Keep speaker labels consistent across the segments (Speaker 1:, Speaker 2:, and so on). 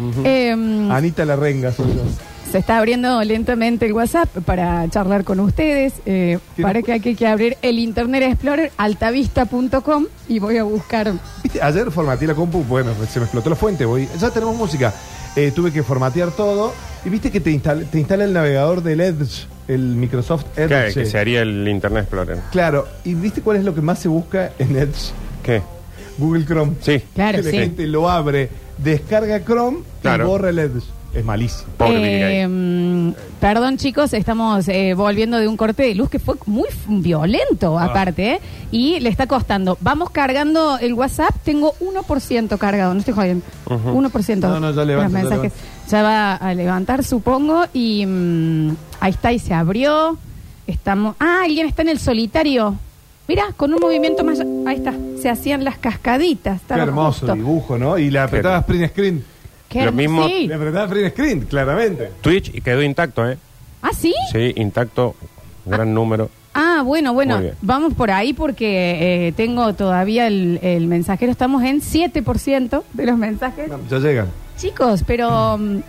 Speaker 1: Ujú. Ah.
Speaker 2: Em,
Speaker 1: Anita la renga, son dos.
Speaker 2: se está abriendo lentamente el WhatsApp para charlar con ustedes. eh,
Speaker 1: ¿Tiene-
Speaker 2: para que hay que- que abrir el Internet Explorer, altavista.com, y voy a buscar.
Speaker 1: Viste, Ayer formateé la compu, bueno, pues se me explotó la fuente, voy, ya tenemos música. Eh, tuve que formatear todo y viste que te, instal- te instala el navegador del Edge, el Microsoft Edge.
Speaker 3: Claro, que se haría el Internet Explorer.
Speaker 1: Claro, y viste cuál es lo que más se busca en Edge?
Speaker 3: ¿Qué?
Speaker 1: Google Chrome.
Speaker 3: Sí.
Speaker 2: Claro,
Speaker 1: Que la
Speaker 2: sí.
Speaker 1: gente lo abre, descarga Chrome
Speaker 3: Claro.
Speaker 1: y borra el Edge. Es malísimo.
Speaker 2: Eh,
Speaker 3: Pobre Bill Gates.
Speaker 2: Em, perdón, chicos, estamos eh, volviendo de un corte de luz que fue muy f-
Speaker 3: Ah.
Speaker 2: violento, aparte, ¿eh? y le está costando. Vamos cargando el WhatsApp, tengo 1% cargado, no estoy jodiendo. 1%
Speaker 1: No, no, ya levanta,
Speaker 2: de los
Speaker 1: ya
Speaker 2: mensajes. Ya va a levantar, supongo, y mm, ahí está, y se abrió. Estamos. Ah, alguien está en el solitario. Mira, con un movimiento más. Ahí está, se hacían las cascaditas.
Speaker 1: Qué
Speaker 2: estaba
Speaker 1: hermoso
Speaker 2: justo.
Speaker 1: dibujo, ¿no? Y la apretabas print screen.
Speaker 2: Qué
Speaker 3: Lo
Speaker 2: hermoso,
Speaker 3: mismo-
Speaker 2: sí.
Speaker 1: Le apretabas print screen, claramente.
Speaker 3: Twitch y quedó intacto, ¿eh?
Speaker 2: Ah, sí.
Speaker 3: Sí, intacto. Gran número.
Speaker 2: Ah, bueno, bueno,
Speaker 3: Muy bien.
Speaker 2: vamos por ahí porque eh, tengo todavía el, el mensajero, estamos en 7% de los mensajes.
Speaker 1: No, ya llegan.
Speaker 2: Chicos, pero mm,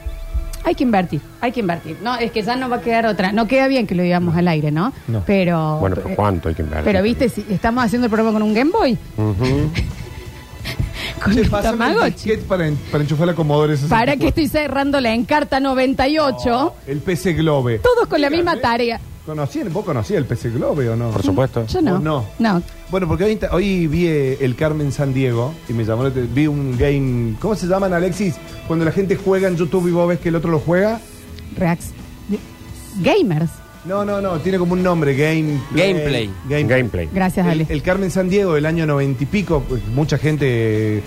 Speaker 2: hay que invertir, hay que invertir. No, es que ya no va a quedar otra, no queda bien que lo digamos al aire, ¿no?
Speaker 1: No.
Speaker 2: Pero... eh,
Speaker 3: Bueno, pero ¿cuánto hay que invertir?
Speaker 2: Pero viste, si estamos haciendo el programa con un Game Boy,
Speaker 3: Ujú.
Speaker 2: con
Speaker 1: Che,
Speaker 2: un
Speaker 1: pásame el
Speaker 2: Tamagotchi.
Speaker 1: disquete para, en- para enchufar la Commodore 64.
Speaker 2: Para que estoy cerrando la Encarta 98,
Speaker 1: El PC Globe.
Speaker 2: todos con la misma
Speaker 1: Dígame,
Speaker 2: tarea.
Speaker 1: ¿Conocían? ¿Vos conocías el PC Globe o no?
Speaker 3: Por supuesto.
Speaker 2: Yo no.
Speaker 1: ¿O Oh, no?
Speaker 2: No.
Speaker 1: Bueno, porque hoy, insta- hoy vi eh, el Carmen San Diego y me llamó, la te- vi un game, ¿cómo se llaman Alexis? Cuando la gente juega en YouTube y vos ves que el otro lo juega.
Speaker 2: Reacts. Gamers.
Speaker 1: No, no, no, tiene como un nombre, game
Speaker 4: Gameplay.
Speaker 3: Gameplay.
Speaker 2: Gracias, Ale.
Speaker 1: El, el Carmen San Diego del año noventa y pico, pues, mucha gente eh,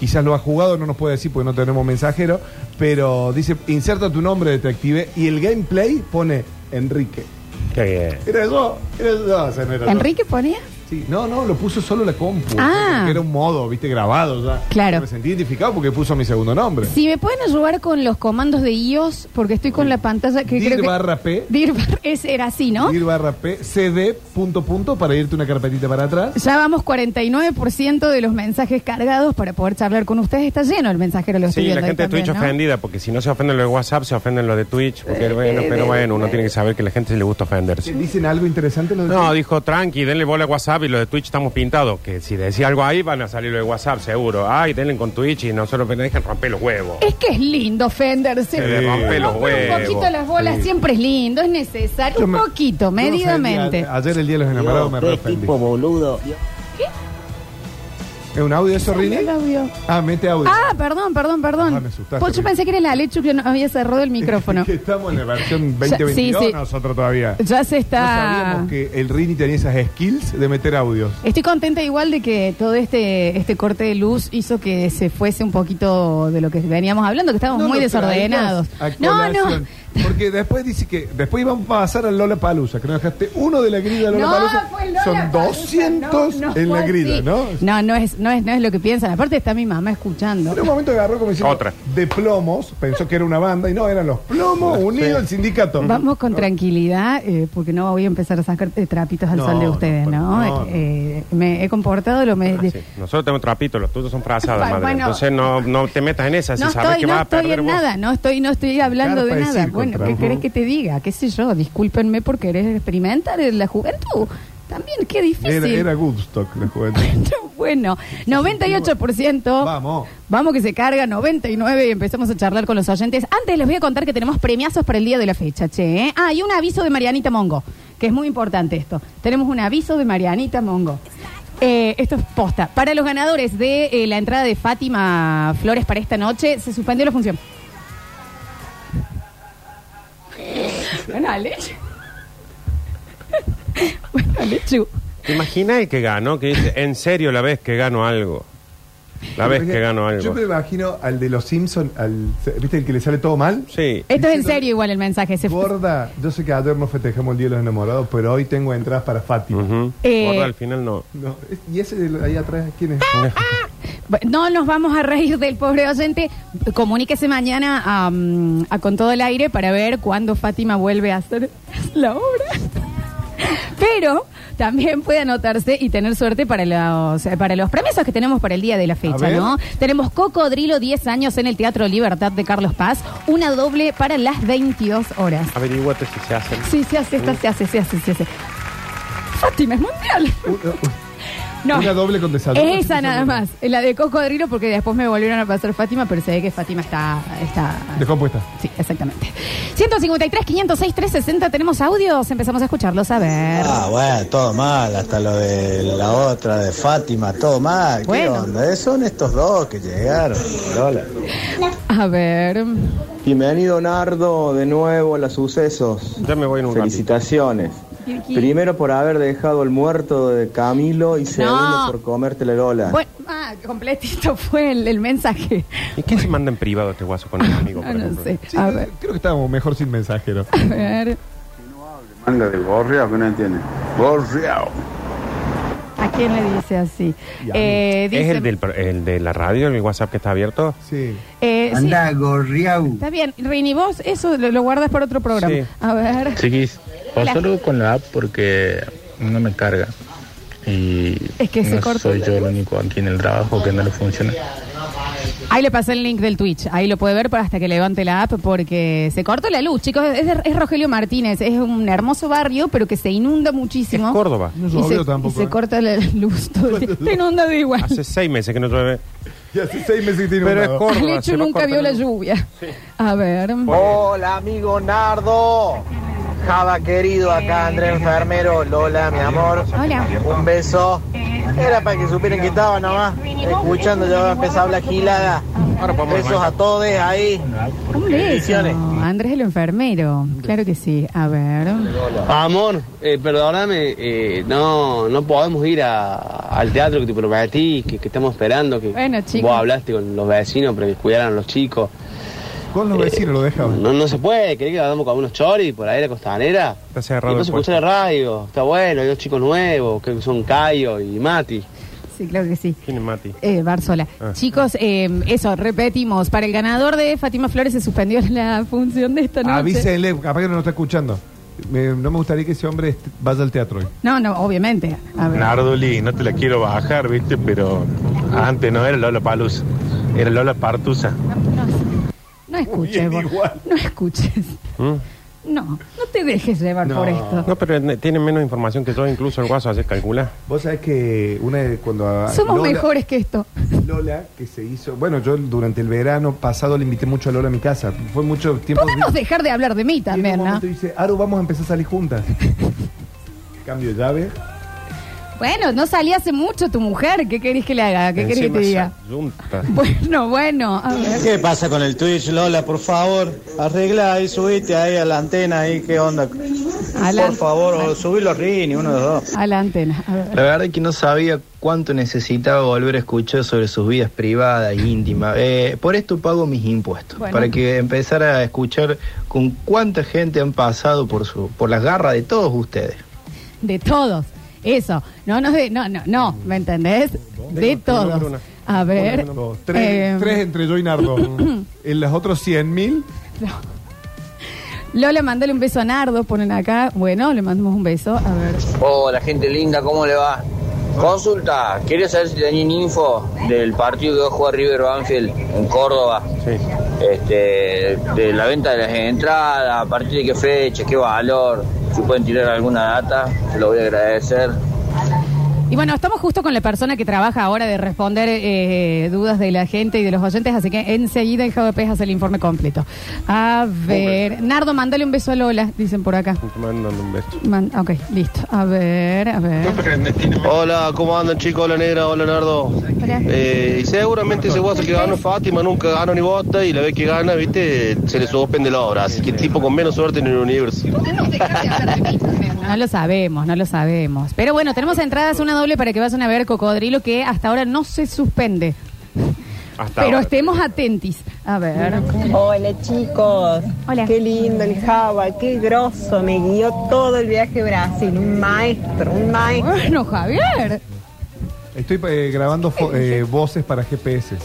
Speaker 1: quizás lo ha jugado, no nos puede decir porque no tenemos mensajero, pero dice, inserta tu nombre, detective, y el gameplay pone Enrique.
Speaker 3: Qué bien.
Speaker 1: Era yo, era yo, o sea, no era yo.
Speaker 2: ¿Enrique ponía?
Speaker 1: Sí, no, no, lo puso solo la compu.
Speaker 2: Ah.
Speaker 1: Porque Era un modo, viste, grabado ya.
Speaker 2: Claro.
Speaker 1: Me sentí identificado porque puso mi segundo nombre.
Speaker 2: Si me pueden ayudar con los comandos de iOS, porque estoy con la pantalla que
Speaker 1: dir
Speaker 2: creo que...
Speaker 1: barra P,
Speaker 2: Dir bar- ese era así, ¿no?
Speaker 1: dir barra P, CD, punto, punto, para irte una carpetita para atrás.
Speaker 2: Ya vamos 49% de los mensajes cargados para poder charlar con ustedes. Está lleno el mensajero, lo estoy
Speaker 3: Sí, la
Speaker 2: viendo ahí
Speaker 3: gente de Twitch
Speaker 2: también, ¿no? Eh,
Speaker 3: ofendida, porque si no se ofenden los de WhatsApp, se ofenden los de Twitch. Porque, bueno, pero bueno, uno tiene que saber que a la gente se le gusta ofenderse.
Speaker 1: ¿Dicen algo interesante los de
Speaker 3: No, dijo tranqui, denle bola a WhatsApp y los de Twitch estamos pintados. Que si decía algo ahí van a salir los de WhatsApp, seguro. Ay, denle con Twitch y nosotros me dejan romper los huevos.
Speaker 2: Es que es lindo ofenderse.
Speaker 3: Se le rompe los
Speaker 2: Romper un
Speaker 3: huevos.
Speaker 2: poquito las bolas
Speaker 3: Sí.
Speaker 2: siempre es lindo, es necesario.
Speaker 1: Yo
Speaker 2: un
Speaker 1: me-
Speaker 2: poquito,
Speaker 1: yo me ofendí
Speaker 2: medidamente.
Speaker 1: a- ayer el día de los enamorados me
Speaker 4: Dios, qué
Speaker 1: reofendí.
Speaker 4: tipo boludo. Dios.
Speaker 1: ¿Es un audio eso, Rini?
Speaker 2: El audio.
Speaker 1: Ah, mete audio.
Speaker 2: Ah, perdón, perdón, perdón.
Speaker 1: Ah, me asustaste,
Speaker 2: Pues yo
Speaker 1: Ricky.
Speaker 2: pensé que era la leche que no había cerrado el micrófono.
Speaker 1: Que Estamos en la versión 2022
Speaker 2: sí.
Speaker 1: nosotros todavía.
Speaker 2: ya se está...
Speaker 1: No sabíamos que el Rini tenía esas skills de meter audios.
Speaker 2: Estoy contenta igual de que todo este, este corte de luz hizo que se fuese un poquito de lo que veníamos hablando, que estábamos
Speaker 1: No
Speaker 2: muy
Speaker 1: lo traigas
Speaker 2: desordenados.
Speaker 1: a
Speaker 2: No, no.
Speaker 1: colación, Porque después dice que después iban a pasar al Lola Palusa, que nos dejaste uno de la grilla de Lola Palusa.
Speaker 2: No, fue el Lola
Speaker 1: Son
Speaker 2: Palusa,
Speaker 1: 200
Speaker 2: no, no
Speaker 1: en
Speaker 2: fue
Speaker 1: la grilla,
Speaker 2: así.
Speaker 1: ¿no?
Speaker 2: No, no es, no, es, no es lo que piensan. Aparte está mi mamá escuchando.
Speaker 1: En un momento agarró como diciendo
Speaker 3: Otra.
Speaker 1: de plomos, pensó que era una banda y no, eran los plomos unidos al sindicato.
Speaker 2: Vamos con tranquilidad, eh, porque no voy a empezar a sacar eh, trapitos al
Speaker 1: No,
Speaker 2: sol de ustedes,
Speaker 1: no,
Speaker 2: ¿no?
Speaker 1: no, no.
Speaker 2: Eh, me he comportado lo me...
Speaker 3: Ah, sí. Nosotros tenemos trapitos, los tuyos son frazadas,
Speaker 2: Bueno,
Speaker 3: madre.
Speaker 2: bueno.
Speaker 3: Entonces no, no te metas en esas.
Speaker 2: No
Speaker 3: si sabes
Speaker 2: estoy,
Speaker 3: que
Speaker 2: no
Speaker 3: vas a
Speaker 2: estoy
Speaker 3: perder
Speaker 2: en
Speaker 3: vos.
Speaker 2: nada, no estoy, no estoy hablando de
Speaker 1: Carpa de
Speaker 2: nada.
Speaker 1: circo,
Speaker 2: bueno, ¿qué
Speaker 1: trabajo.
Speaker 2: querés que te diga? ¿Qué sé yo? Discúlpenme por querer experimentar en la juventud. También, qué difícil.
Speaker 1: Era, era Woodstock la juventud.
Speaker 2: bueno, 98%.
Speaker 1: Vamos.
Speaker 2: Vamos que se carga 99 y empezamos a charlar con los oyentes. Antes les voy a contar que tenemos premiazos para el día de la fecha, che. ¿eh? Ah, y un aviso de Marianita Mongo, que es muy importante esto. Tenemos un aviso de Marianita Mongo. Eh, esto es posta. Para los ganadores de eh, la entrada de Fátima Flores para esta noche, se suspendió la función. Bueno, Alex. bueno, Alechu.
Speaker 3: ¿Te imaginas el que ganó? Que dice, en serio la vez que gano algo. La vez que gano
Speaker 1: Yo
Speaker 3: algo.
Speaker 1: me imagino al de los Simpsons, al, ¿viste el que le sale todo mal?
Speaker 3: Sí.
Speaker 2: Esto es en serio igual el mensaje. Se,
Speaker 1: Gorda, yo sé que ayer nos festejamos el Día de los Enamorados, pero hoy tengo entradas para Fátima.
Speaker 3: Ujú.
Speaker 2: Eh,
Speaker 3: Gorda, al final no.
Speaker 1: No, es- ¿Y ese de ahí atrás quién es?
Speaker 2: No nos vamos a reír del pobre oyente. Comuníquese mañana a, mm, a Con Todo el Aire para ver cuándo Fátima vuelve a hacer la obra. Pero también puede anotarse y tener suerte para los, eh, para los premios que tenemos para el día de la fecha,
Speaker 1: ver.
Speaker 2: ¿no? Tenemos Cocodrilo 10 años en el Teatro Libertad de Carlos Paz, una doble para las 22 horas.
Speaker 3: Averíguate si se hacen.
Speaker 2: Sí, se hace, esta se hace, se hace, se hace. Fátima, es mundial.
Speaker 1: Una,
Speaker 2: No.
Speaker 1: una doble con desayuno.
Speaker 2: Esa nada más, la de Cocodrilo, porque después me volvieron a pasar Fátima, pero se ve que Fátima está. está
Speaker 1: Descompuesta.
Speaker 2: sí, exactamente. 153, 506, 360, tenemos audios, empezamos a escucharlos, a ver.
Speaker 4: Ah, bueno, todo mal, hasta lo de la otra, de Fátima, todo mal. ¿Qué
Speaker 2: Bueno.
Speaker 4: onda? Eh, Son estos dos que llegaron. Lola.
Speaker 2: A ver.
Speaker 4: Bienvenido, Nardo, de nuevo a los sucesos.
Speaker 3: Ya me voy en un ratito.
Speaker 4: Felicitaciones. Primero por haber dejado el muerto de Camilo y segundo por comerte la Lola.
Speaker 2: Bueno, ah, completito fue el, el mensaje.
Speaker 3: ¿Y qué se manda en privado este guaso con el amigo?
Speaker 2: Ah,
Speaker 3: por
Speaker 2: no
Speaker 3: ejemplo?
Speaker 2: sé.
Speaker 1: Sí,
Speaker 2: A ver,
Speaker 1: Creo que estábamos mejor sin mensajero.
Speaker 2: a ver.
Speaker 5: Manga de gorreado que no entiende. Gorreado.
Speaker 2: ¿A quién le dice así?
Speaker 1: Y a mí.
Speaker 2: Eh, dice,
Speaker 3: ¿Es el, del, pro- el de la radio, el WhatsApp que está abierto?
Speaker 1: Sí.
Speaker 2: eh, sí,
Speaker 6: Anda, gorriau.
Speaker 2: Está bien, Rini, vos eso lo, lo guardas para otro programa.
Speaker 3: Sí.
Speaker 2: A ver.
Speaker 7: Chiquis,
Speaker 2: Hola.
Speaker 7: pásalo con la app porque no me carga. Y
Speaker 2: Es que se
Speaker 7: no
Speaker 2: corta.
Speaker 7: soy yo el único aquí en el trabajo que no le funciona.
Speaker 2: Ahí le pasé el link del Twitch, ahí lo puede ver para hasta que levante la app porque se cortó la luz, chicos. Es, de- es Rogelio Martínez, es un hermoso barrio, pero que se inunda muchísimo.
Speaker 3: Es Córdoba.
Speaker 1: No
Speaker 2: y
Speaker 1: llovió
Speaker 2: se,
Speaker 1: tampoco,
Speaker 2: y se
Speaker 1: ¿eh?
Speaker 2: corta la luz todo el día. Se inunda de igual.
Speaker 3: Hace seis meses que no llueve.
Speaker 1: Y hace seis meses que tiene
Speaker 3: Pero
Speaker 1: un
Speaker 3: es
Speaker 1: lado.
Speaker 3: Córdoba. se
Speaker 2: Lechu
Speaker 3: va a
Speaker 2: nunca
Speaker 3: cortar
Speaker 2: vio la
Speaker 3: luz.
Speaker 2: lluvia. A ver.
Speaker 4: Hola, amigo Nardo. Java querido, acá Andrés Enfermero, Lola, mi amor.
Speaker 2: Hola. Eh,
Speaker 4: Un beso. Era para que supieran que estaba nomás. Escuchando, ya va a empezar a hablar gilada.
Speaker 3: Ahora podemos
Speaker 4: Besos a todos ahí.
Speaker 2: Un beso. Andrés el enfermero. Claro que sí. A ver.
Speaker 8: Amor, eh, perdóname, eh, no, no podemos ir a- al teatro que te prometí, que, que estamos esperando, que
Speaker 2: Bueno, chicos.
Speaker 8: vos hablaste con los vecinos para que cuidaran a los chicos.
Speaker 1: Con los vecinos lo dejaba.
Speaker 8: No, no se puede, querés que andamos con unos choris por ahí a la costanera.
Speaker 3: Está cerrado
Speaker 8: Y
Speaker 3: el
Speaker 8: se escucha la
Speaker 3: puesto.
Speaker 8: radio, está bueno, hay dos chicos nuevos, que son Cayo y Mati.
Speaker 2: Sí, claro que sí.
Speaker 3: ¿Quién es Mati?
Speaker 2: Eh, Barzola.
Speaker 3: Ah.
Speaker 2: Chicos, eh, eso, repetimos. Para el ganador de Fátima Flores se suspendió la función de esta noche.
Speaker 1: Avísenle, capaz que no nos está escuchando. Me- no me gustaría que ese hombre est- vaya al teatro hoy.
Speaker 2: No, no, obviamente. A ver.
Speaker 9: Nardoli, no te la quiero bajar, viste, pero antes no era Lola Palus, era Lola Partusa.
Speaker 2: No escuches, vos. No escuches.
Speaker 3: ¿Mm?
Speaker 2: No, no te dejes llevar por esto.
Speaker 3: No, pero eh, tiene menos información que yo, incluso el guaso, así que calcula.
Speaker 1: Vos sabés que una de cuando. a-
Speaker 2: Somos
Speaker 1: Lola-
Speaker 2: mejores que esto.
Speaker 1: Lola, que se hizo. Bueno, yo durante el verano pasado le invité mucho a Lola a mi casa. Fue mucho tiempo.
Speaker 2: Podemos dejar de hablar de mí
Speaker 1: Y en
Speaker 2: también,
Speaker 1: un
Speaker 2: ¿no?
Speaker 1: momento dice, Aru, vamos a empezar a salir juntas. Cambio de llave.
Speaker 2: Bueno, no salí hace mucho tu mujer. ¿Qué querés que le haga? ¿Qué querés que te
Speaker 3: Encima
Speaker 2: diga?
Speaker 3: esa yunta.
Speaker 2: Bueno, bueno, a ver.
Speaker 4: ¿Qué pasa con el Twitch, Lola? Por favor, arregla ahí, subite ahí a la antena ahí, ¿qué onda?
Speaker 2: A la-
Speaker 4: Por favor, o subilo a Rini, uno de los dos.
Speaker 2: A la antena. a ver.
Speaker 10: La verdad es que no sabía cuánto necesitaba volver a escuchar sobre sus vidas privadas e íntimas. Eh, por esto pago mis impuestos,
Speaker 2: Bueno.
Speaker 10: para que empezara a escuchar con cuánta gente han pasado por, su, por las garras de todos ustedes.
Speaker 2: De todos. Eso. No, no, de- no, no, no. ¿Me entendés? De
Speaker 3: número
Speaker 2: todos.
Speaker 3: una.
Speaker 2: A ver.
Speaker 1: Uno, dos, tres,
Speaker 2: eh,
Speaker 1: tres entre yo y Nardo. en los otros 100 mil.
Speaker 2: Lola, mandale un beso a Nardo, ponen acá. Bueno, le mandamos un beso. A ver.
Speaker 10: Oh,
Speaker 8: Hola, Oh, gente linda, ¿cómo le va? Consulta, ¿quieres saber si tenían info del partido que va a jugar River Banfield en Córdoba?
Speaker 3: Sí.
Speaker 8: este, de la venta de las entradas, a partir de qué fecha, qué valor, si pueden tirar alguna data, se lo voy a agradecer.
Speaker 2: Y bueno, estamos justo con la persona que trabaja ahora de responder eh, dudas de la gente y de los oyentes, así que enseguida el JVP hace el informe completo. A ver. Nardo, mandale un beso a Lola, dicen por acá.
Speaker 3: Te mando un beso.
Speaker 2: Man- ok, listo. A ver, a ver.
Speaker 8: Hola, ¿cómo andan chicos? Hola Negra, hola Nardo.
Speaker 2: Hola.
Speaker 8: Eh, y seguramente ese guaso que ganó Fátima nunca gana ni vota y la vez que gana, viste, se le suspende la obra, así que tipo con menos suerte en el universo.
Speaker 2: No lo sabemos, no lo sabemos. Pero bueno, tenemos entradas, una doble para que vayan a ver Cocodrilo, que hasta ahora no se suspende. Pero
Speaker 3: Hasta
Speaker 2: este-
Speaker 3: ahora.
Speaker 2: estemos atentis. A ver.
Speaker 11: Hola chicos,
Speaker 2: Hola.
Speaker 11: qué lindo el Java, qué grosso, me guió todo el viaje a Brasil, un maestro, un maestro.
Speaker 2: Bueno, Javier.
Speaker 1: Estoy eh, grabando fo- eh, voces para GPS.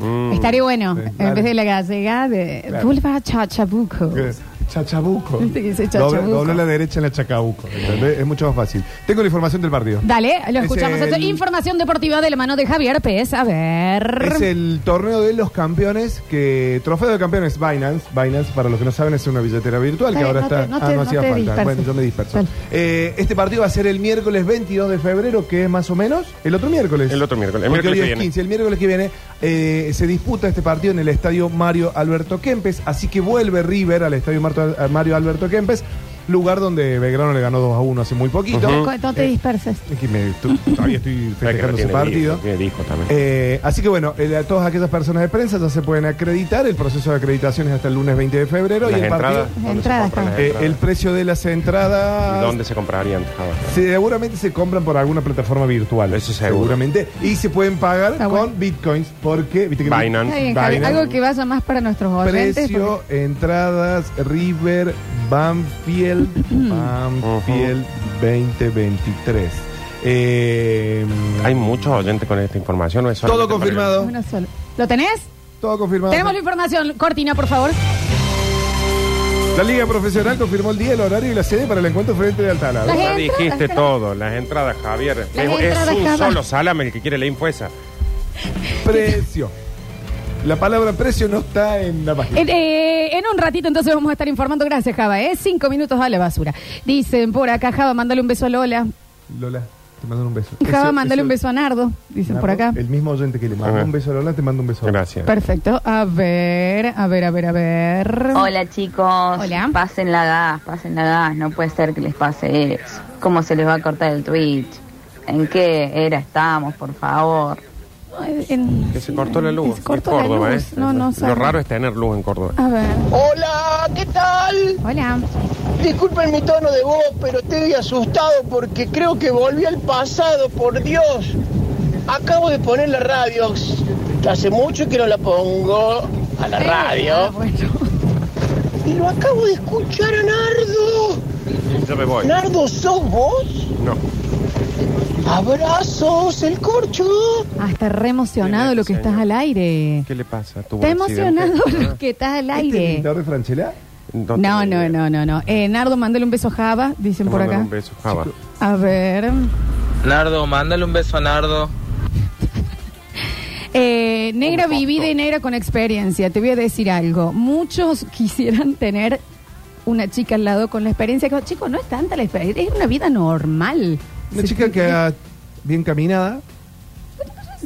Speaker 3: Mm.
Speaker 2: Estaría bueno,
Speaker 1: Sí,
Speaker 2: en
Speaker 1: claro.
Speaker 2: vez de la gallega, de
Speaker 1: Claro.
Speaker 2: Vulva Chachabuco.
Speaker 1: Eh, Chachabuco.
Speaker 2: Oh. Viste que dice
Speaker 1: Doble-
Speaker 2: Chachabuco.
Speaker 1: doble la derecha en la Chacabuco. ¿entendés? Es mucho más fácil. Tengo la información del partido.
Speaker 2: Dale, lo
Speaker 1: Es
Speaker 2: escuchamos.
Speaker 1: el-
Speaker 2: Entonces, Información deportiva de la mano de Javier Pérez. A ver.
Speaker 1: Es el torneo de los campeones que trofeo de campeones Binance, Binance para los que no saben es una billetera virtual que
Speaker 2: Está
Speaker 1: ahora
Speaker 2: bien, no
Speaker 1: está ah,
Speaker 2: te- no te- no te disperses.
Speaker 1: Bueno, yo me disperso.
Speaker 2: Dale.
Speaker 1: Eh, este partido va a ser el miércoles 22 de febrero, que es más o menos el otro miércoles.
Speaker 3: El otro miércoles, el
Speaker 1: Porque
Speaker 3: miércoles
Speaker 1: hoy
Speaker 3: que
Speaker 1: es
Speaker 3: viene.
Speaker 1: 15, el miércoles que viene eh, se disputa este partido en el estadio Mario Alberto Kempes, así que vuelve River al estadio Marto- a Mario Alberto Kempes, lugar donde Belgrano le ganó 2 a 1 hace muy poquito.
Speaker 2: No, no te
Speaker 1: Eh,
Speaker 2: disperses.
Speaker 1: es que me- tu- todavía estoy festejando ese
Speaker 3: tiene
Speaker 1: partido.
Speaker 3: disco, tiene disco también.
Speaker 1: Eh, así que bueno, eh, a todas aquellas personas de prensa ya se pueden acreditar. El proceso de acreditación es hasta el lunes 20 de febrero.
Speaker 3: Las
Speaker 1: y el
Speaker 3: entradas,
Speaker 1: partido.
Speaker 2: Las
Speaker 3: ¿dónde se
Speaker 2: entradas están.
Speaker 3: compran las
Speaker 1: eh,
Speaker 3: entradas?
Speaker 1: el precio de las entradas.
Speaker 3: ¿Y ¿Dónde se comprarían? Java?
Speaker 1: Seguramente se compran por alguna plataforma virtual.
Speaker 3: Eso seguro.
Speaker 1: Seguramente. Y se pueden pagar
Speaker 2: Está
Speaker 1: con
Speaker 2: bueno.
Speaker 1: bitcoins. Porque, viste que.
Speaker 3: Binance.
Speaker 2: Está bien, Javi.
Speaker 1: Binance.
Speaker 2: Algo que vaya más para nuestros oyentes. porque-
Speaker 1: Precio, entradas, River, Banfield, Banfield 2023. Eh,
Speaker 3: Hay muchos oyentes con esta información. ¿o es
Speaker 1: Todo
Speaker 3: solamente para
Speaker 1: confirmado.
Speaker 2: Uno solo. ¿Lo tenés?
Speaker 1: todo confirmado.
Speaker 2: Tenemos la información. Cortina, por favor.
Speaker 1: La Liga Profesional confirmó el día, el horario y la sede para el encuentro frente de Altalá.
Speaker 3: el-
Speaker 2: Las
Speaker 3: Ya
Speaker 2: entradas,
Speaker 3: dijiste
Speaker 2: las-
Speaker 3: todo. Las entradas, Javier.
Speaker 2: Las
Speaker 3: es,
Speaker 2: entradas,
Speaker 3: es un
Speaker 2: Java.
Speaker 3: solo salame el que quiere la info esa.
Speaker 1: Precio. La palabra precio no está en la página.
Speaker 2: En, eh, en un ratito entonces vamos a estar informando. Gracias, Java. ¿eh? Cinco minutos a la basura. Dicen por acá, Java, mándale un beso a Lola.
Speaker 1: Lola, te mando un beso.
Speaker 2: Java,
Speaker 1: Eso-
Speaker 2: mándale
Speaker 1: eso-
Speaker 2: un beso a Nardo. Dicen por
Speaker 1: Nardo,
Speaker 2: acá.
Speaker 1: El mismo oyente que le mandó
Speaker 3: Ajá.
Speaker 1: un beso a Lola, te mando un beso.
Speaker 3: Gracias.
Speaker 2: Perfecto. A ver, a ver, a ver, a ver.
Speaker 6: Hola chicos,
Speaker 2: Hola.
Speaker 6: pasen la gas, pasen la gas, no puede ser que les pase eso. ¿Cómo se les va a cortar el Twitch? ¿En qué era estamos, por favor?
Speaker 2: Ay, en-
Speaker 3: Que se cortó la luz.
Speaker 2: Se cortó
Speaker 3: en
Speaker 2: la
Speaker 3: Córdoba,
Speaker 2: luz.
Speaker 3: ¿eh?
Speaker 2: No, Ah. no
Speaker 3: Lo
Speaker 2: sabe.
Speaker 3: raro es tener luz en Córdoba.
Speaker 2: A ver.
Speaker 4: Hola, ¿qué tal?
Speaker 2: Hola.
Speaker 4: Disculpen mi tono de voz, pero estoy asustado porque creo que volví al pasado, por Dios. Acabo de poner la radio. Hace mucho que no la pongo a la
Speaker 2: Ah,
Speaker 4: radio.
Speaker 2: bueno.
Speaker 4: Y lo acabo de escuchar a Nardo.
Speaker 3: Yo me voy.
Speaker 4: Nardo, ¿sos vos?
Speaker 3: No.
Speaker 4: Abrazos, el corcho.
Speaker 2: Ah, está re emocionado
Speaker 3: Bien,
Speaker 2: lo que
Speaker 3: señor.
Speaker 2: estás al aire.
Speaker 3: ¿Qué le pasa? ¿Tuvo
Speaker 2: Está
Speaker 3: un accidente?
Speaker 2: emocionado lo que estás al
Speaker 1: ¿Este es el
Speaker 2: aire.
Speaker 1: dictador de Franchella?
Speaker 3: No,
Speaker 2: No,
Speaker 3: tengo
Speaker 2: no,
Speaker 3: idea.
Speaker 2: no, no, no. Eh, Nardo, mándale un beso a Java, dicen
Speaker 3: Te
Speaker 2: por
Speaker 3: mandan
Speaker 2: acá.
Speaker 3: Un beso, Java.
Speaker 2: A ver.
Speaker 10: Nardo, mándale un beso a Nardo.
Speaker 2: Eh, negra
Speaker 3: Un
Speaker 2: vivida
Speaker 3: montón.
Speaker 2: y negra con experiencia. Te voy a decir algo. Muchos quisieran tener una chica al lado con la experiencia. que- Chicos, no es tanta la experiencia, es una vida normal.
Speaker 1: Una
Speaker 2: Se-
Speaker 1: chica que ha bien caminada.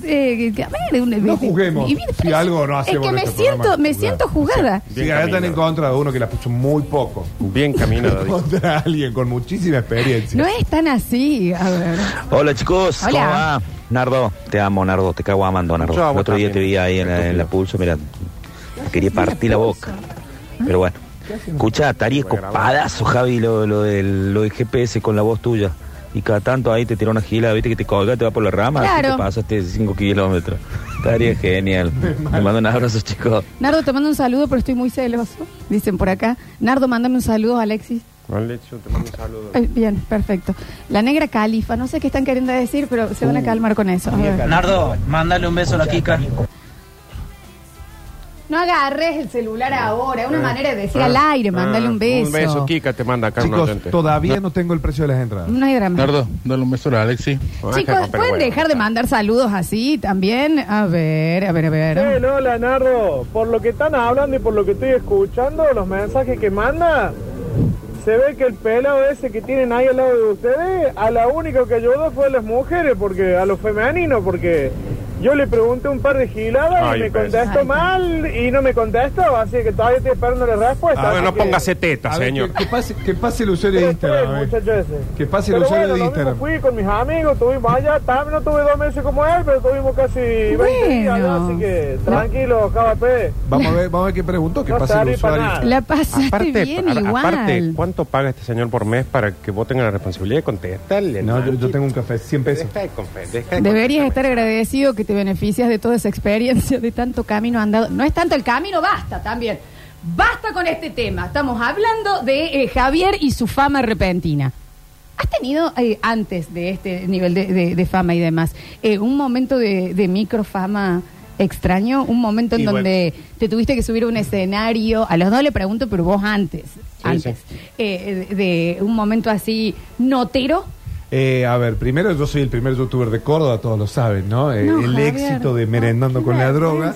Speaker 2: Eh, que- a ver, una-
Speaker 1: No juguemos,
Speaker 2: y- pero
Speaker 1: si
Speaker 2: es-
Speaker 1: algo no hacemos
Speaker 2: Es que
Speaker 1: en
Speaker 2: me
Speaker 1: este
Speaker 2: siento,
Speaker 1: programa.
Speaker 2: me siento jugada.
Speaker 3: Bien
Speaker 1: Sí, ahora están
Speaker 3: caminada.
Speaker 1: en contra de uno que la puso muy poco.
Speaker 3: Bien caminada. dijo.
Speaker 1: Contra alguien con muchísima experiencia.
Speaker 2: No es tan así. A ver.
Speaker 12: Hola chicos,
Speaker 2: Hola.
Speaker 12: ¿cómo va? Nardo, te amo, Nardo, te cago amando, Nardo.
Speaker 3: Yo a vos
Speaker 12: El otro día te
Speaker 3: también.
Speaker 12: vi ahí en la, en la pulso, mira, me quería partir la boca. Pero bueno, escucha, estaría copadazo, Javi, lo, lo del, lo del GPS con la voz tuya. Y cada tanto ahí te tira una gila, viste que te colga, te va por la rama, así
Speaker 2: Claro.
Speaker 12: te pasaste 5 kilómetros. Estaría genial. Te mando un abrazo, chicos.
Speaker 2: Nardo, te mando un saludo, pero estoy muy celoso. Dicen por acá. Nardo, mándame un saludo, Alexis.
Speaker 3: Vale, yo te mando un saludo.
Speaker 2: Ay, Bien, perfecto. La negra califa, no sé qué están queriendo decir, pero se
Speaker 1: Uh,
Speaker 2: van a calmar con eso. A ver.
Speaker 10: Nardo, mándale un beso a la Kika.
Speaker 2: No agarres el celular ahora,
Speaker 1: Eh.
Speaker 2: es una manera de
Speaker 1: Ah.
Speaker 2: decir al aire, mandale un beso.
Speaker 3: Ah, Un beso, Kika, te manda acá un
Speaker 1: Chicos,
Speaker 3: oyente.
Speaker 1: todavía no tengo el precio de las entradas.
Speaker 2: No hay drama.
Speaker 7: Nardo, dale un beso a Alexi.
Speaker 3: Bueno,
Speaker 2: Chicos,
Speaker 3: Jaco, pero
Speaker 2: ¿pueden
Speaker 3: bueno,
Speaker 2: dejar de
Speaker 3: está.
Speaker 2: mandar saludos así también? A ver, a ver, a ver.
Speaker 4: hola, Nardo. Por lo que están hablando y por lo que estoy escuchando, los mensajes que manda, se ve que el pelado ese que tienen ahí al lado de ustedes, a la única que ayudó fue a las mujeres, porque a los femeninos, porque yo le pregunté un par de giladas
Speaker 3: Ay,
Speaker 4: y me
Speaker 3: pues.
Speaker 4: contestó
Speaker 2: Ay,
Speaker 4: mal y no me contestó, así que todavía estoy esperando la respuesta.
Speaker 3: A ver,
Speaker 4: así
Speaker 3: no
Speaker 4: que-
Speaker 3: póngase teta,
Speaker 1: A ver,
Speaker 3: señor.
Speaker 1: Que, que pase, que pase el usuario de
Speaker 4: Pero
Speaker 1: Instagram. a
Speaker 4: fue,
Speaker 1: ver.
Speaker 4: muchacho ese.
Speaker 1: Que pase el
Speaker 4: Pero
Speaker 1: usuario
Speaker 4: bueno,
Speaker 1: de
Speaker 4: lo mismo
Speaker 1: Instagram.
Speaker 4: Fui con mis amigos, estuvimos allá, también no tuve dos meses como él, pero tuvimos casi 20 días allá,
Speaker 2: Bueno.
Speaker 4: así que tranquilo, JP.
Speaker 1: Vamos a ver, vamos a ver qué preguntó, que
Speaker 4: No
Speaker 1: pase el
Speaker 4: serví para
Speaker 1: usuario.
Speaker 4: nada.
Speaker 2: La pasaste
Speaker 3: Aparte,
Speaker 2: bien
Speaker 3: a-
Speaker 2: igual.
Speaker 3: aparte, ¿cuánto paga este señor por mes para que vos tengas la responsabilidad de contestarle?
Speaker 1: No, yo,
Speaker 3: Nardo?
Speaker 1: yo tengo un café, 100 pesos.
Speaker 3: Deja de confe- deja de
Speaker 2: Deberías estar
Speaker 3: contestarme.
Speaker 2: agradecido que te beneficias de toda esa experiencia, de tanto camino andado. No es tanto el camino, basta también. Basta con este tema. Estamos hablando de eh, Javier y su fama repentina. ¿Has tenido eh, antes de este nivel de, de- de fama y demás eh, un momento de, de microfama extraño un momento en
Speaker 3: Y bueno.
Speaker 2: donde te tuviste que subir a un escenario? A los dos le pregunto, pero vos antes, antes,
Speaker 3: sí.
Speaker 2: eh, de de un momento así notero.
Speaker 1: Eh, a ver, primero yo soy el primer youtuber de Córdoba, todos lo saben, ¿no? Eh,
Speaker 2: No,
Speaker 1: el
Speaker 2: Javier,
Speaker 1: éxito de Merendando con la droga.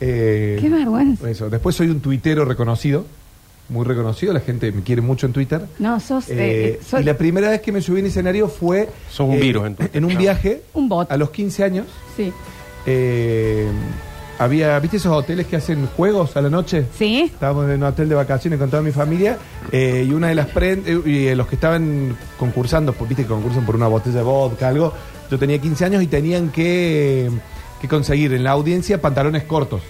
Speaker 1: Eh,
Speaker 2: Qué vergüenza.
Speaker 1: Eso. Después soy un tuitero reconocido, muy reconocido, la gente me quiere mucho en Twitter.
Speaker 2: No, sos, eh,
Speaker 1: Eh,
Speaker 2: sos
Speaker 1: y la primera vez que me subí en escenario fue
Speaker 3: Sos un
Speaker 1: eh,
Speaker 3: virus en Twitter,
Speaker 1: un
Speaker 3: ¿no?
Speaker 1: viaje
Speaker 2: un bot.
Speaker 1: a los 15 años.
Speaker 2: Sí.
Speaker 1: eh, había, ¿viste esos hoteles que hacen juegos a la noche?
Speaker 2: Sí.
Speaker 1: Estábamos en un hotel de vacaciones con toda mi familia eh, y una de las prendas, y eh, los que estaban concursando, pues, viste que concursan por una botella de vodka, algo, yo tenía 15 años y tenían que, que conseguir en la audiencia pantalones cortos.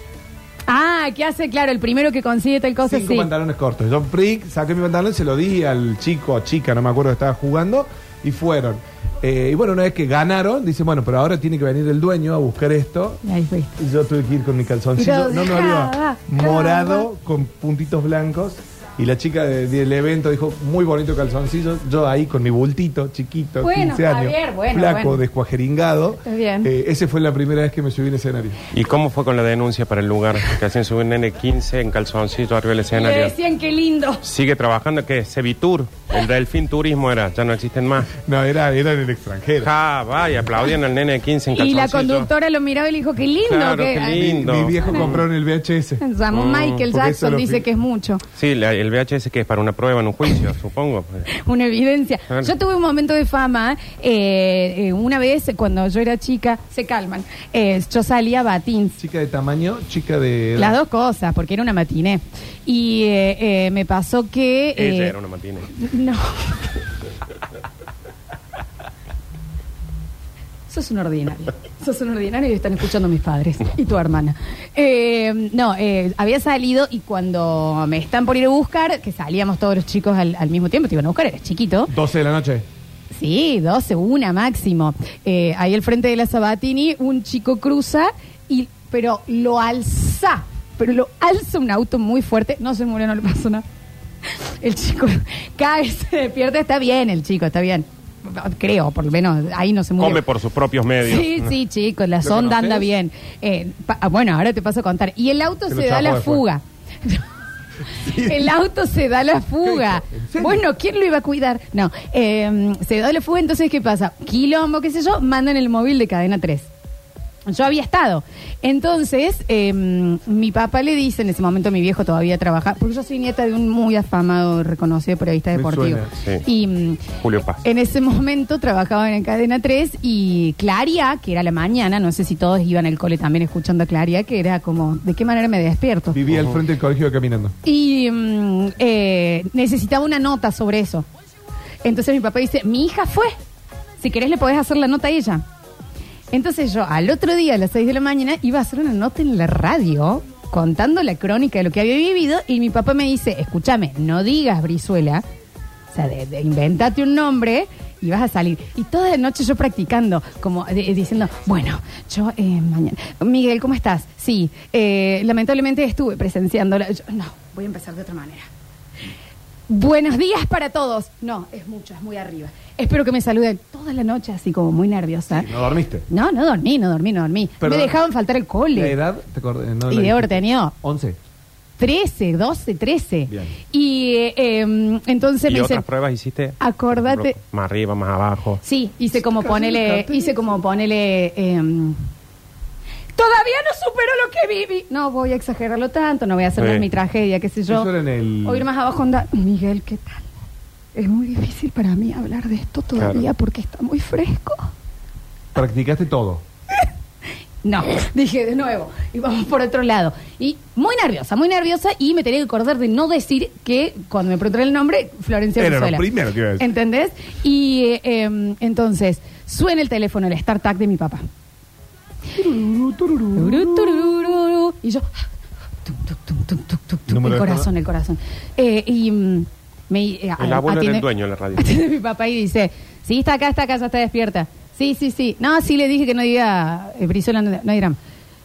Speaker 2: Ah, ¿qué hace? Claro, el primero que consigue tal cosa,
Speaker 1: Cinco
Speaker 2: sí.
Speaker 1: pantalones cortos. Yo pri- saqué mi pantalón, se lo di al chico o chica, no me acuerdo que estaba jugando, y fueron. Eh, y bueno, una vez que ganaron, dice, bueno, pero ahora tiene que venir el dueño a buscar esto.
Speaker 2: Y ahí fuiste.
Speaker 1: Y Yo tuve que ir con mi calzoncillo,
Speaker 2: Pero
Speaker 1: no me
Speaker 2: dejaba,
Speaker 1: olvidaba,
Speaker 2: dejaba.
Speaker 1: morado con puntitos blancos. Y la chica de- del evento dijo, muy bonito calzoncillo. Yo ahí con mi bultito chiquito,
Speaker 2: Bueno,
Speaker 1: 15 años,
Speaker 2: Javier, bueno,
Speaker 1: flaco,
Speaker 2: bueno.
Speaker 1: descuajeringado.
Speaker 2: Está bien.
Speaker 1: Eh, esa fue la primera vez que me subí en escenario.
Speaker 3: ¿Y cómo fue con la denuncia para el lugar? Que hacían subir un nene 15 en calzoncillo arriba del
Speaker 2: Le
Speaker 3: escenario.
Speaker 2: decían qué lindo.
Speaker 3: Sigue trabajando, que Sevitur, el Delfín Turismo era, ya no existen más.
Speaker 1: No, era, era en el extranjero.
Speaker 3: Ja, vaya, aplaudían al nene de 15 en
Speaker 2: Y
Speaker 3: calzoncillo.
Speaker 2: la conductora lo miraba y le dijo, qué lindo.
Speaker 3: Claro,
Speaker 2: que,
Speaker 3: qué lindo.
Speaker 1: Mi viejo compró en el VHS.
Speaker 2: Llamó
Speaker 3: Mm,
Speaker 2: Michael
Speaker 1: porque eso
Speaker 2: Jackson,
Speaker 1: lo
Speaker 2: dice
Speaker 1: fui-
Speaker 2: que es mucho.
Speaker 3: Sí, la- el VHS que es para una prueba en un juicio, supongo.
Speaker 2: Una evidencia.
Speaker 3: Claro.
Speaker 2: Yo tuve un momento de fama. eh, eh, una vez, cuando yo era chica, se calman. eh, yo salía a Batins.
Speaker 1: Chica de tamaño, chica de... edad.
Speaker 2: Las dos cosas, porque era una matiné. Y eh, eh, me pasó que.
Speaker 3: Ella
Speaker 2: eh,
Speaker 3: era una matina.
Speaker 2: No. Sos un ordinario. Sos un ordinario y están escuchando mis padres y tu hermana. Eh, no, eh, había salido y cuando me están por ir a buscar, que salíamos todos los chicos al, al mismo tiempo, te iban a buscar, eres chiquito.
Speaker 1: 12 de la noche.
Speaker 2: Sí, 12, una máximo. Eh, ahí al frente de la Sabatini, un chico cruza, y, pero lo alza, pero lo alza un auto muy fuerte. No se murió, no le pasó nada. El chico cae, se despierta, está bien el chico, está bien. Creo, por lo menos ahí no se murió.
Speaker 3: Come por sus propios medios.
Speaker 2: Sí, sí, chicos, la
Speaker 3: ¿Lo
Speaker 2: sonda anda
Speaker 3: conoces?
Speaker 2: bien. Eh, pa- ah, bueno, ahora te paso a contar. Y el auto
Speaker 1: Te lo
Speaker 2: se da
Speaker 1: chapó
Speaker 2: la
Speaker 1: después.
Speaker 2: fuga. el auto se da la fuga.
Speaker 1: ¿En serio?
Speaker 2: Bueno, ¿quién lo iba a cuidar? No, eh, se da la fuga, entonces, ¿qué pasa? Quilombo, qué sé yo, mandan el móvil de cadena 3. Yo había estado. Entonces, eh, mi papá le dice, en ese momento mi viejo todavía trabaja, porque yo soy nieta de un muy afamado, reconocido periodista
Speaker 1: Me
Speaker 2: deportivo.
Speaker 3: suena, sí.
Speaker 2: Y mm,
Speaker 3: Julio Paz.
Speaker 2: en ese momento trabajaban en Cadena 3 y Claria, que era la mañana, no sé si todos iban al cole también escuchando a Claria, que era como, ¿de qué manera me despierto?
Speaker 1: Vivía al frente del colegio caminando.
Speaker 2: Y mm, eh, necesitaba una nota sobre eso. Entonces mi papá dice, mi hija fue. Si querés le podés hacer la nota a ella. Entonces yo al otro día, a las 6 de la mañana, iba a hacer una nota en la radio contando la crónica de lo que había vivido y mi papá me dice, escúchame, no digas Brizuela, o sea, de, de- inventate un nombre y vas a salir. Y toda la noche yo practicando, como de- diciendo, bueno, yo eh, mañana. Miguel, ¿cómo estás? Sí, eh, lamentablemente estuve presenciando. la- yo- no, voy a empezar de otra manera. Buenos días para todos. No, es mucho, es muy arriba. Espero que me saluden toda la noche, así como muy nerviosa.
Speaker 1: No dormiste.
Speaker 2: No, no dormí, no dormí, no dormí.
Speaker 1: Perdón.
Speaker 2: Me dejaban faltar el
Speaker 1: ¿La
Speaker 2: cole.
Speaker 1: edad? Te acordé, no la
Speaker 2: y de
Speaker 1: dijiste.
Speaker 2: haber tenido
Speaker 1: 11.
Speaker 2: 13, 12, 13.
Speaker 1: Bien.
Speaker 2: Y eh, em, entonces
Speaker 3: ¿Y
Speaker 2: me
Speaker 3: otras
Speaker 2: dicen,
Speaker 3: pruebas hiciste?
Speaker 2: acordate.
Speaker 3: Más arriba, más abajo.
Speaker 2: Sí, hice como ponele, hice como ponele. em, Todavía no supero lo que viví. No voy a exagerarlo tanto, no voy a hacer más
Speaker 3: Sí.
Speaker 2: mi tragedia, qué sé yo.
Speaker 1: Eso era en el-
Speaker 2: O ir más abajo, onda. Miguel, ¿qué tal? Es muy difícil para mí hablar de esto todavía
Speaker 3: Claro.
Speaker 2: porque está muy fresco.
Speaker 1: Practicaste todo.
Speaker 2: No, dije de nuevo, y vamos por otro lado. Y muy nerviosa, muy nerviosa, y me tenía que acordar de no decir que cuando me preguntaron el nombre, Florencia
Speaker 1: Era lo
Speaker 2: Brizuela.
Speaker 1: primero que iba a decir.
Speaker 2: ¿Entendés? Y eh, em, entonces, suena el teléfono, el StarTag de mi papá. Tururú, tururú, Y yo, ah, tum, tum, tum, tum, tum, tum, tum,
Speaker 1: Número
Speaker 2: el
Speaker 1: de
Speaker 2: corazón, el corazón. Eh, y mm, me, eh,
Speaker 3: El abuelo
Speaker 2: atiende-
Speaker 3: era el dueño de la radio.
Speaker 2: Atiende mi papá y dice, sí, está acá, está acá, ya está despierta. Sí, sí, sí. No, sí le dije que no diga eh, Brizuela, no, no dirán.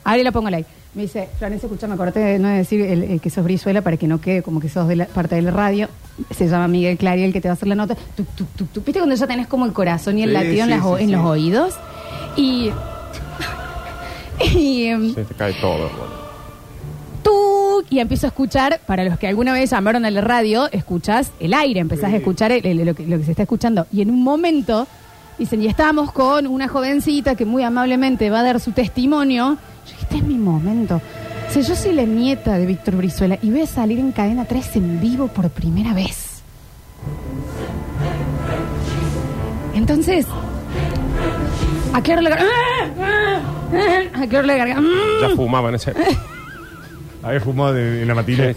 Speaker 2: Ahora la pongo like. Me dice, Florencia, escuchame, acordate de no decir el- el que sos Brizuela para que no quede como que sos de la parte del radio. Se llama Miguel Clary el que te va a hacer la nota. Tuc, tuc, tuc, tuc. ¿Viste cuando ya tenés como el corazón y el
Speaker 1: Sí,
Speaker 2: latido en,
Speaker 1: sí,
Speaker 2: las o-
Speaker 1: sí,
Speaker 2: en
Speaker 1: sí.
Speaker 2: los oídos? Y Y, em,
Speaker 3: Se te cae todo, boludo.
Speaker 2: tú y empiezo a escuchar, para los que alguna vez llamaron a la radio, escuchas el aire, empezás a escuchar el- el- lo, que, lo que se está escuchando. Y en un momento dicen, y estamos con una jovencita que muy amablemente va a dar su testimonio. Yo dije, este es mi momento. O sea, yo soy la nieta de Víctor Brizuela y voy a salir en cadena 3 en vivo por primera vez. Entonces, aclaro la garganta. ¡Ah! Aclaro la garganta.
Speaker 3: Ya fumaba en ese.
Speaker 1: Había fumado de- en la matina.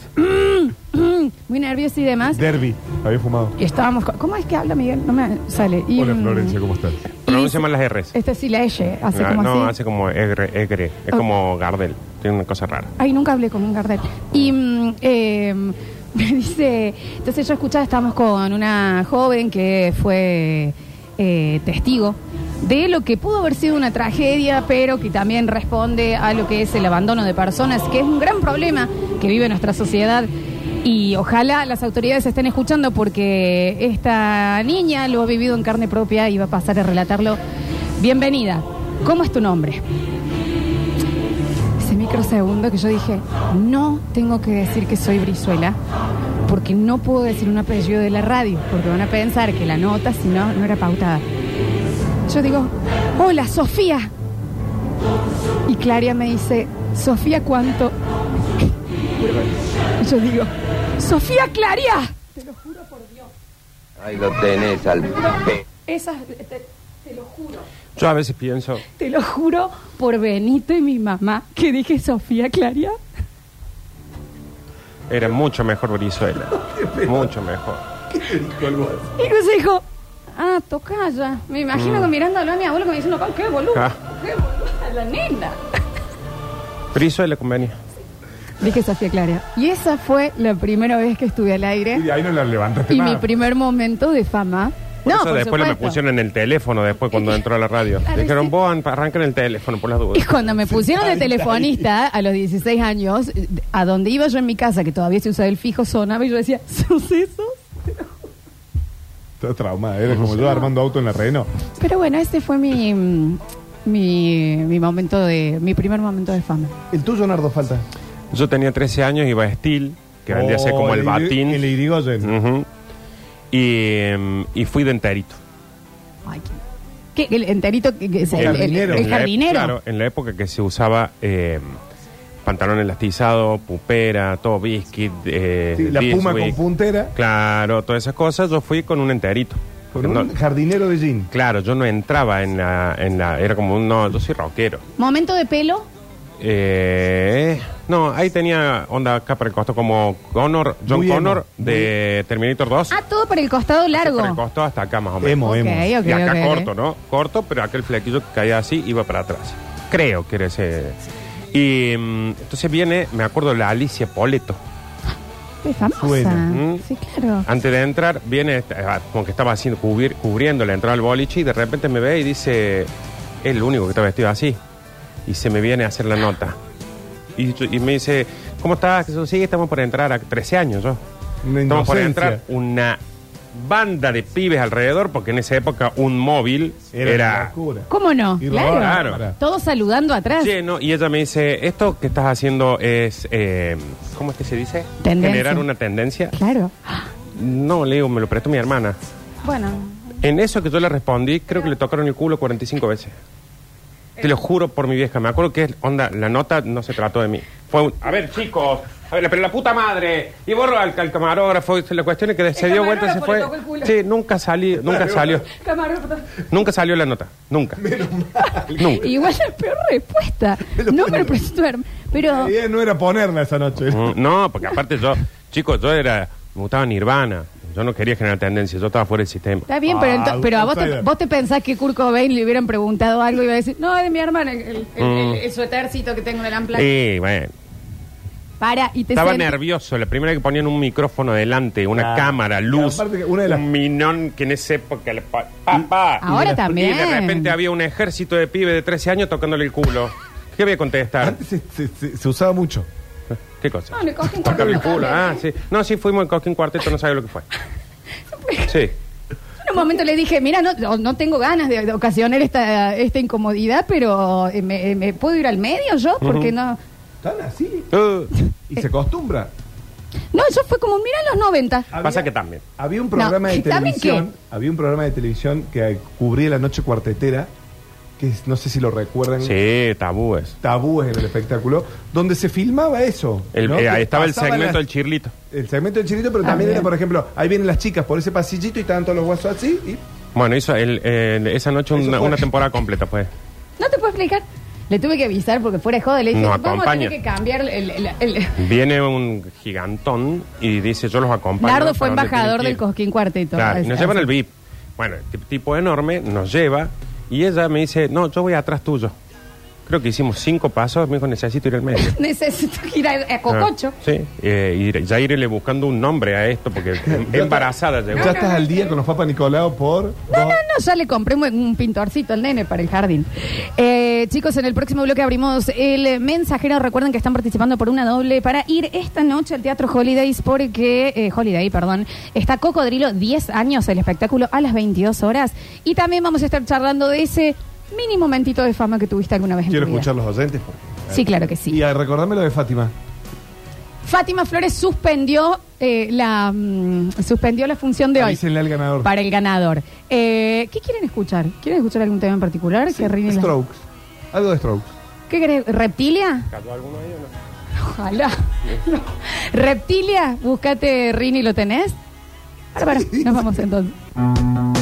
Speaker 2: Muy nerviosa y demás.
Speaker 1: Derby. Había fumado.
Speaker 2: Y estábamos. co- ¿Cómo es que habla Miguel? No me sale. Y,
Speaker 1: Hola
Speaker 2: mm,
Speaker 1: Florencia, ¿cómo estás?
Speaker 3: Pronuncia más las R's.
Speaker 2: Esta sí la L, hace
Speaker 3: Ah,
Speaker 2: como
Speaker 3: no,
Speaker 2: este así.
Speaker 3: hace como egre, egre. Es
Speaker 2: Ok.
Speaker 3: como Gardel. Tiene una cosa rara.
Speaker 2: Ay, nunca hablé con un Gardel. Y mm, eh, me dice. Entonces yo escuchaba, estábamos con una joven que fue eh, testigo de lo que pudo haber sido una tragedia, pero que también responde a lo que es el abandono de personas, que es un gran problema que vive nuestra sociedad. Y ojalá las autoridades estén escuchando porque esta niña lo ha vivido en carne propia y va a pasar a relatarlo. Bienvenida. ¿Cómo es tu nombre? Ese microsegundo que yo dije, no tengo que decir que soy Brizuela, porque no puedo decir un apellido de la radio, porque van a pensar que la nota, si no, no era pautada. Yo digo, hola, Sofía. Y Claria me dice, Sofía, ¿cuánto? Y yo digo, Sofía Claria.
Speaker 8: Ahí lo tenés al pe...
Speaker 2: Esas, te, te lo juro,
Speaker 3: Yo a veces pienso.
Speaker 2: te lo juro por Benito y mi mamá, que dije Sofía Claria.
Speaker 3: Era mucho mejor Brizuela. mucho mejor.
Speaker 2: Y entonces dijo, ah, toca ya. Me imagino
Speaker 3: Mm.
Speaker 2: que mirándolo a mi abuelo que me dice, no, qué boludo,
Speaker 3: Ah.
Speaker 2: qué boludo, la nena.
Speaker 3: Brizuela convenía.
Speaker 2: Dije Sofía Clara. Y esa fue la primera vez que estuve al
Speaker 1: Y
Speaker 2: aire
Speaker 1: de ahí no la levantaste
Speaker 2: y
Speaker 1: más.
Speaker 2: mi primer momento de fama.
Speaker 3: Por
Speaker 2: no,
Speaker 3: eso
Speaker 2: por
Speaker 3: después me
Speaker 2: supuesto.
Speaker 3: pusieron en el teléfono después cuando entró a la radio.
Speaker 2: Claro,
Speaker 3: Dijeron, vos an- arranquen el teléfono por las
Speaker 2: Y
Speaker 3: dudas.
Speaker 2: cuando me pusieron de telefonista a los 16 años, eh, a donde iba yo en mi casa, que todavía se usaba el fijo, sonaba y yo decía, ¿sucesos?
Speaker 1: Estás traumada, eres como yo armando auto en la Reno.
Speaker 2: Pero bueno, ese fue mi, mm, mi, mi momento de, mi primer momento de fama.
Speaker 1: ¿El tuyo, Nardo, falta?
Speaker 3: Yo tenía 13 años y iba a Steel, que vendría a ser como el
Speaker 1: Oh,
Speaker 3: batín. Mm.
Speaker 1: El Irigoyen.
Speaker 3: Ujú. y, em, y fui de enterito.
Speaker 2: Ay, ¿qué? ¿Qué? ¿El enterito? que- que- el, el- el
Speaker 3: En la ep-
Speaker 2: jardinero.
Speaker 3: claro, en la época que se usaba em, pantalón elastizado, pupera, todo biscuit. eh,
Speaker 1: Sí, la
Speaker 3: This
Speaker 1: puma con
Speaker 3: Week.
Speaker 1: puntera,
Speaker 3: Claro, todas esas cosas. Yo fui con un enterito.
Speaker 1: con un
Speaker 3: No,
Speaker 1: jardinero de jean.
Speaker 3: claro, yo no entraba en la, en la. Era como un. No, yo soy rockero.
Speaker 2: Momento de pelo.
Speaker 3: Eh, no, ahí tenía onda acá para el costo como Connor, John
Speaker 1: Muy emo,
Speaker 3: Connor de Terminator 2.
Speaker 2: Ah, todo por el costado largo.
Speaker 3: Para el costo hasta acá más o menos.
Speaker 1: Emo,
Speaker 2: Ok,
Speaker 1: emo.
Speaker 2: ok,
Speaker 3: y acá
Speaker 2: ok.
Speaker 3: corto, ¿no? Corto, pero aquel flequillo que caía así iba para atrás. Creo que era ese. Y mm, entonces viene, me acuerdo, la Alicia Poleto.
Speaker 2: Es famosa.
Speaker 1: Suena.
Speaker 3: Mm.
Speaker 2: Sí, claro.
Speaker 3: Antes de entrar, viene, eh, ah, como que estaba haciendo, cubrir- cubriendo la entrada al boliche y de repente me ve y dice, es el único que está vestido así. Y se me viene a hacer la nota. Y, yo- y me dice, ¿cómo estás? Jesús? Sí, estamos por entrar a 13 años yo.
Speaker 1: Una
Speaker 3: Estamos por entrar
Speaker 1: inocencia.
Speaker 3: una banda de pibes alrededor, porque en esa época un móvil
Speaker 1: Era,
Speaker 3: era,
Speaker 1: una locura.
Speaker 2: ¿Cómo no?
Speaker 1: Y
Speaker 2: Claro.
Speaker 1: Roberto.
Speaker 3: Claro.
Speaker 2: Todos saludando atrás.
Speaker 3: lleno. Y ella me dice, esto que estás haciendo es, eh, ¿cómo es que se dice?
Speaker 2: Tendencia.
Speaker 3: Generar una tendencia.
Speaker 2: Claro.
Speaker 3: No, le digo, me lo prestó mi hermana.
Speaker 2: Bueno,
Speaker 3: En eso que yo le respondí, creo que le tocaron el culo 45 veces. Te lo juro por mi vieja. Me acuerdo que, onda, la nota no se trató de mí. Fue un, a ver, chicos, a ver, pero la puta madre. Y borro al, al camarógrafo. y La cuestión es que se dio vuelta y se
Speaker 2: camarógrafo
Speaker 3: fue.
Speaker 2: le tocó el culo.
Speaker 3: Sí, nunca salí, nunca salió. Nunca salió la nota. Nunca. Nunca.
Speaker 2: Igual la peor respuesta. no me lo presento hermano. Pero.
Speaker 1: La idea no era ponerla esa noche.
Speaker 3: Mm, No, porque aparte yo, chicos, yo era, me gustaba Nirvana. Yo no quería generar tendencias, yo estaba fuera del sistema.
Speaker 2: Está bien, pero, ento-
Speaker 1: Ah,
Speaker 2: pero a vos te,
Speaker 1: outsider.
Speaker 2: vos te pensás que Kurt Cobain le hubieran preguntado algo y iba a decir, no, es de mi hermana, el, el, el-
Speaker 3: Mm.
Speaker 2: el suetercito que tengo en el ampla.
Speaker 3: Y bueno,
Speaker 2: Para, y te
Speaker 3: estaba
Speaker 2: sentí-
Speaker 3: nervioso. La primera que ponían un micrófono delante, una
Speaker 1: Ah.
Speaker 3: cámara, luz,
Speaker 1: Y aparte que una de las-
Speaker 3: un minón que en esa época le pa- papá.
Speaker 2: Ahora
Speaker 3: Y de-
Speaker 2: también.
Speaker 3: Y de repente había un ejército de pibes de 13 años tocándole el culo. ¿Qué voy a contestar?
Speaker 1: Antes se, se- se- se usaba mucho.
Speaker 3: ¿Qué cosa?
Speaker 2: No, le cogí un
Speaker 3: Tocarle el
Speaker 2: cuarteto
Speaker 3: culo. Ah,
Speaker 2: también.
Speaker 3: sí. No, sí, fuimos en Cosquín Cuarteto, no sabe lo que fue. Sí.
Speaker 2: En un momento le dije, mira, no, no- no tengo ganas de, de ocasionar esta, esta incomodidad, pero eh, me, eh, me puedo ir al medio yo, porque
Speaker 1: Ujú.
Speaker 2: no...
Speaker 1: ¿Están así?
Speaker 3: Uh,
Speaker 1: Y se acostumbra.
Speaker 2: No, eso fue como, mira, en los 90.
Speaker 3: Pasa que también.
Speaker 1: Había un programa
Speaker 2: No,
Speaker 1: de
Speaker 2: ¿también
Speaker 1: televisión. Había un programa de televisión que cubría la noche cuartetera, que es- no sé si lo recuerdan.
Speaker 3: Sí, tabúes.
Speaker 1: Tabúes en el espectáculo, donde se filmaba eso.
Speaker 3: El-
Speaker 1: ¿no?
Speaker 3: eh,
Speaker 1: Que
Speaker 3: ahí estaba el
Speaker 1: pasaban
Speaker 3: segmento
Speaker 1: las-
Speaker 3: del chirlito.
Speaker 1: El segmento del chirito, pero
Speaker 2: Ah,
Speaker 1: también era,
Speaker 2: bien.
Speaker 1: por ejemplo, ahí vienen las chicas por ese pasillito y estaban todos los guasos así. Y
Speaker 3: Bueno, hizo el- el- esa noche
Speaker 1: Eso
Speaker 3: una,
Speaker 1: fue.
Speaker 3: una temporada completa, pues.
Speaker 2: No te puedo explicar. Le tuve que avisar porque fuera de joda le dije,
Speaker 3: Nos
Speaker 2: vamos a tener
Speaker 3: acompaña.
Speaker 2: que cambiar el... el- el-
Speaker 3: Viene un gigantón y dice, yo los acompaño.
Speaker 2: Nardo fue
Speaker 3: ¿para dónde
Speaker 2: embajador del
Speaker 3: tienen que ir?".
Speaker 2: Cosquín Cuarteto.
Speaker 3: Claro, y
Speaker 2: Así-
Speaker 3: nos llevan
Speaker 2: así.
Speaker 3: el VIP. Bueno, el tip- tipo enorme nos lleva y ella me dice, no, yo voy atrás tuyo. Creo que hicimos cinco pasos, me dijo, necesito ir al medio.
Speaker 2: Necesito ir a, a Cococho.
Speaker 3: Ah, sí, eh, y ya irle buscando un nombre a esto porque em- embarazada llegó.
Speaker 1: ya estás al día con los papas Nicolau por.
Speaker 2: No, no, no, ya le compré un, un pintorcito al nene para el jardín. Eh, chicos, en el próximo bloque abrimos el mensajero. Recuerden que están participando por una doble para ir esta noche al Teatro Holidays porque, eh, Holiday, perdón, está Cocodrilo 10 años el espectáculo a las 22 horas. Y también vamos a estar charlando de ese mini momentito de fama que tuviste alguna vez en
Speaker 1: Quiero
Speaker 2: tu vida.
Speaker 1: escuchar los oyentes. porque-
Speaker 2: Sí, claro que sí.
Speaker 1: Y a recordarme lo de Fátima.
Speaker 2: Fátima Flores suspendió, eh, la, mm, suspendió la función de hoy.
Speaker 1: Avísenle al ganador.
Speaker 2: Para el ganador. Eh, ¿Qué quieren escuchar? ¿Quieren escuchar algún tema en particular? que ríen las-
Speaker 1: Strokes. Algo de Strokes.
Speaker 2: ¿Qué querés? ¿Reptilia?
Speaker 3: ¿Cayó alguno ahí o no?
Speaker 2: Ojalá. No. ¿Reptilia? Búscate Rini, ¿lo tenés? Bárbara, nos vamos entonces.